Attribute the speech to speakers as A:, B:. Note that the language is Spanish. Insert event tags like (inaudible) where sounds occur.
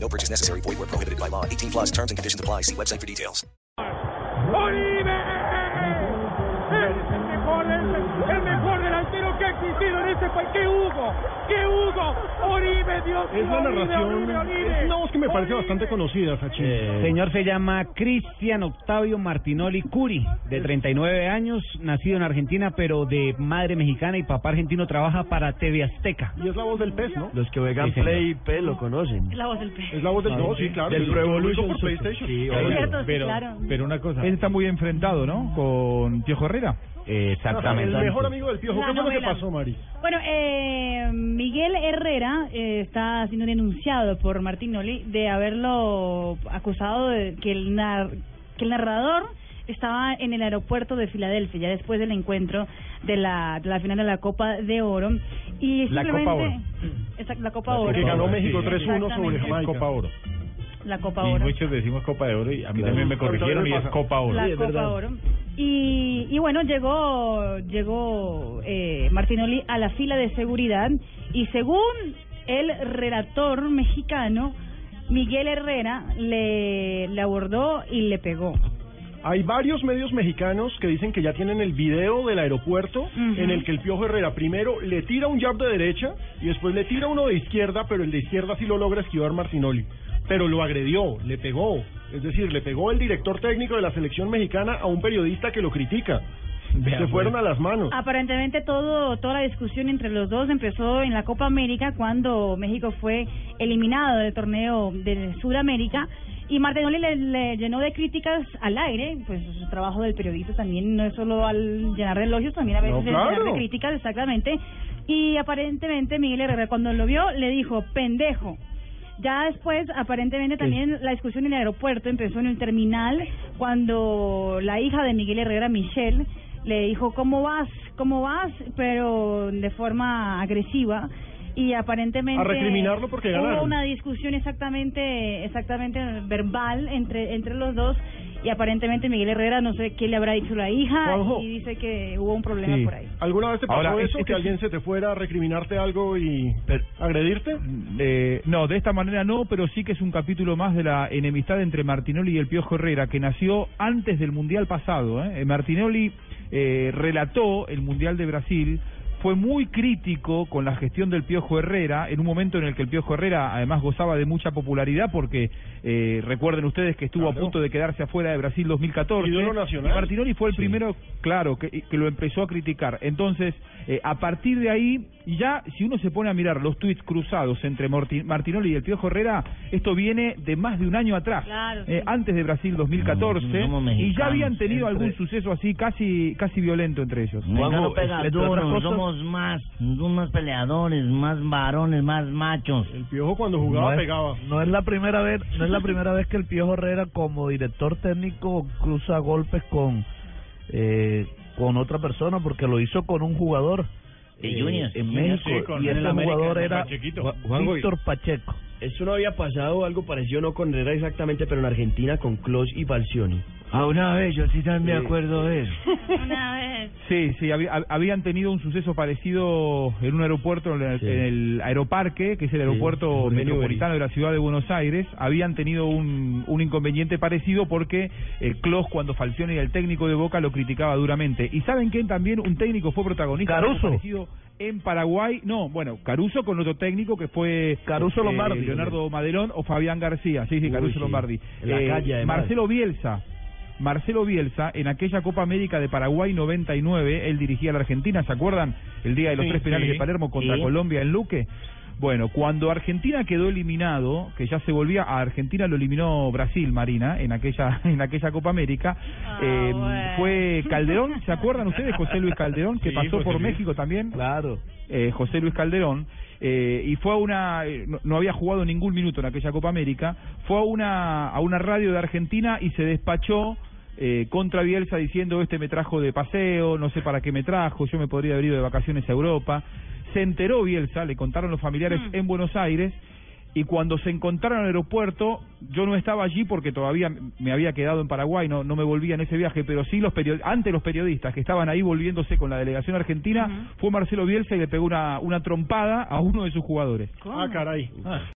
A: No purchase necessary. Void where prohibited by law. 18 plus terms and conditions apply. See website for details.
B: ¡Oribe! Es el mejor, es el mejor delantero que ha existido en este país. ¡Qué Hugo! ¡Qué Hugo! ¡Oribe, Dios mío!
C: Es la
B: Oribe,
C: narración,
B: Oribe, Oribe.
C: es una voz que me parece
B: Oribe.
C: bastante conocida, Sachi.
D: Eh.
E: Señor se llama Cristian Octavio Martinoli Curi, de 39 años, nacido en Argentina, pero de madre mexicana y papá argentino, trabaja para TV Azteca.
C: Y es la voz del pez, ¿no?
F: Los que juegan
E: Sí, señor.
F: Play y P lo conocen.
G: La voz del pez.
C: Es la voz del no, sí, claro.
F: Del
C: Yo lo
F: Pro
C: uso
F: Evolution
C: por
F: Soccer.
C: PlayStation.
F: Sí,
G: Es
F: obvio.
G: cierto, sí, claro.
D: Pero una cosa. Él está muy enfrentado, ¿no? Con Tío Herrera.
E: Eh, Exactamente.
C: El mejor amigo del piojo.
G: La
C: ¿Qué fue lo que
G: novela.
C: pasó, Mari?
G: Bueno, eh, Miguel Herrera eh, está siendo denunciado por Martín Noli de haberlo acusado de que el, nar- que el narrador estaba en el aeropuerto de Filadelfia, ya después del encuentro de la, de la final de la Copa de Oro. Y
D: La
G: simplemente-
D: Copa Oro.
G: Exacto, la Copa
C: Que
G: Oro.
C: ganó México
D: sí,
C: 3-1 sobre
G: exactamente.
C: Jamaica.
D: Copa Oro.
G: La Copa
D: Y
G: Oro.
D: muchos decimos Copa de Oro y a mí
F: Claro.
D: también me corrigieron y es Copa Oro.
G: La
F: Sí, es
G: Copa
F: verdad.
G: Oro. Y, y bueno, llegó, llegó eh, Martinoli a la fila de seguridad y según el relator mexicano, Miguel Herrera le, le abordó y le pegó.
C: Hay varios medios mexicanos que dicen que ya tienen el video del aeropuerto en el que el Piojo Herrera primero le tira un jab de derecha y después le tira uno de izquierda, pero el de izquierda sí lo logra esquivar Martinoli. Pero lo agredió, le pegó. Es decir, le pegó el director técnico de la selección mexicana a un periodista que lo critica.
D: Vea,
C: Se fueron
D: pues.
C: a las manos.
G: Aparentemente todo, toda la discusión entre los dos empezó en la Copa América cuando México fue eliminado del torneo de Sudamérica y Martinoli le, le llenó de críticas al aire, pues el trabajo del periodista también no es solo al llenar de elogios, también a veces
C: No,
G: es
C: claro.
G: llenar de críticas, exactamente. Y aparentemente Miguel Herrera cuando lo vio le dijo, pendejo. Ya después, aparentemente también la discusión en el aeropuerto empezó en el terminal cuando la hija de Miguel Herrera, Michelle, le dijo, ¿cómo vas? ¿Cómo vas? Pero de forma agresiva y aparentemente
C: A recriminarlo porque
G: hubo
C: ganaron.
G: una discusión exactamente exactamente verbal entre entre los dos y aparentemente Miguel Herrera no sé qué le habrá dicho la hija
C: Juanjo.
G: y dice que hubo un problema
D: Sí.
G: por ahí.
C: ¿Alguna vez te pasó
D: Ahora, es-
C: eso?
D: es-
C: que
D: es-
C: alguien se te fuera a recriminarte algo y
D: Pero-
C: agredirte.
D: Eh, no, de esta manera no, pero sí que es un capítulo más de la enemistad entre Martinoli y el Piojo Herrera, que nació antes del Mundial pasado. ¿eh? Eh, Martinoli eh, relató el Mundial de Brasil, fue muy crítico con la gestión del Piojo Herrera, en un momento en el que el Piojo Herrera además gozaba de mucha popularidad, porque eh, recuerden ustedes que estuvo a
C: Claro.
D: punto de quedarse afuera de Brasil 2014.
C: Ídolo nacional.
D: Y Martinoli fue el primero, claro, que, que lo empezó a criticar. Entonces, eh, a partir de ahí, y ya si uno se pone a mirar los tuits cruzados entre Morti- Martinoli y el Piojo Herrera, esto viene de más de un año atrás,
G: Claro,
D: eh,
G: sí.
D: antes de Brasil 2014,
F: No, somos
D: y ya
F: mexicanos,
D: habían tenido
F: siempre.
D: algún suceso así casi casi violento entre ellos.
F: Juanjo,
D: Mengano,
F: pega
D: entre otras
F: duro,
D: cosas,
F: somos más, somos más peleadores, más varones, más machos.
C: El piojo cuando jugaba pegaba.
H: No es la primera vez, no es la primera vez que el Piojo Herrera como director técnico cruza golpes con eh, con otra persona porque lo hizo con un jugador
F: De
H: eh,
F: Juniors,
H: en
F: Juniors,
H: México
F: sí, con-
H: y
F: en el
H: ese
F: América,
H: jugador
F: con
H: era
F: Pachequito.
H: Gua-
F: Juanjo, y-
H: Víctor Pacheco.
I: Eso no había pasado, algo parecido no con Herrera exactamente, pero en Argentina con Clos y Balcioni.
F: A Ah, una vez, yo sí también
I: Sí.
F: me acuerdo de eso.
G: Una vez
D: Sí, sí, habi- hab- habían tenido un suceso parecido en un aeropuerto, en el,
I: Sí.
D: en el aeroparque, que es el aeropuerto
I: Jorge Newbery.
D: metropolitano de la ciudad de Buenos Aires. Habían tenido un, un inconveniente parecido porque eh, Klos, cuando Falcioni era el técnico de Boca, lo criticaba duramente. ¿Y saben quién también? Un técnico fue protagonista de algo
H: Caruso.
D: parecido en Paraguay. No, bueno, Caruso con otro técnico que fue eh,
H: Caruso Lombardi.
D: Leonardo Madelón o Fabián García. Sí, sí,
I: Uy,
D: Caruso
I: sí.
D: Lombardi. Eh,
I: En la calle, además.
D: Marcelo Bielsa. Marcelo Bielsa, en aquella Copa América de Paraguay 99, él dirigía a la Argentina, ¿se acuerdan? El día de los
C: Sí,
D: tres penales
C: sí.
D: de Palermo contra
F: Sí.
D: Colombia en Luque. Bueno, cuando Argentina quedó eliminado, que ya se volvía a Argentina, lo eliminó Brasil, Marina, en aquella (laughs) en aquella Copa América, eh, fue Calderón, ¿se acuerdan ustedes? José Luis Calderón, que
H: Sí,
D: pasó
H: José
D: por
H: Luis.
D: México también.
H: Claro.
D: eh, José Luis Calderón, eh, y fue a una, eh, no, no había jugado ningún minuto en aquella Copa América, fue a una, a una radio de Argentina y se despachó eh, contra Bielsa diciendo este me trajo de paseo, no sé para qué me trajo, yo me podría haber ido de vacaciones a Europa. Se enteró Bielsa, le contaron los familiares en Buenos Aires. Y cuando se encontraron al aeropuerto, yo no estaba allí porque todavía me había quedado en Paraguay, no, no me volvía en ese viaje, pero sí los perio- ante los periodistas que estaban ahí volviéndose con la delegación argentina, fue Marcelo Bielsa y le pegó una, una trompada a uno de sus jugadores.
C: Ah, caray.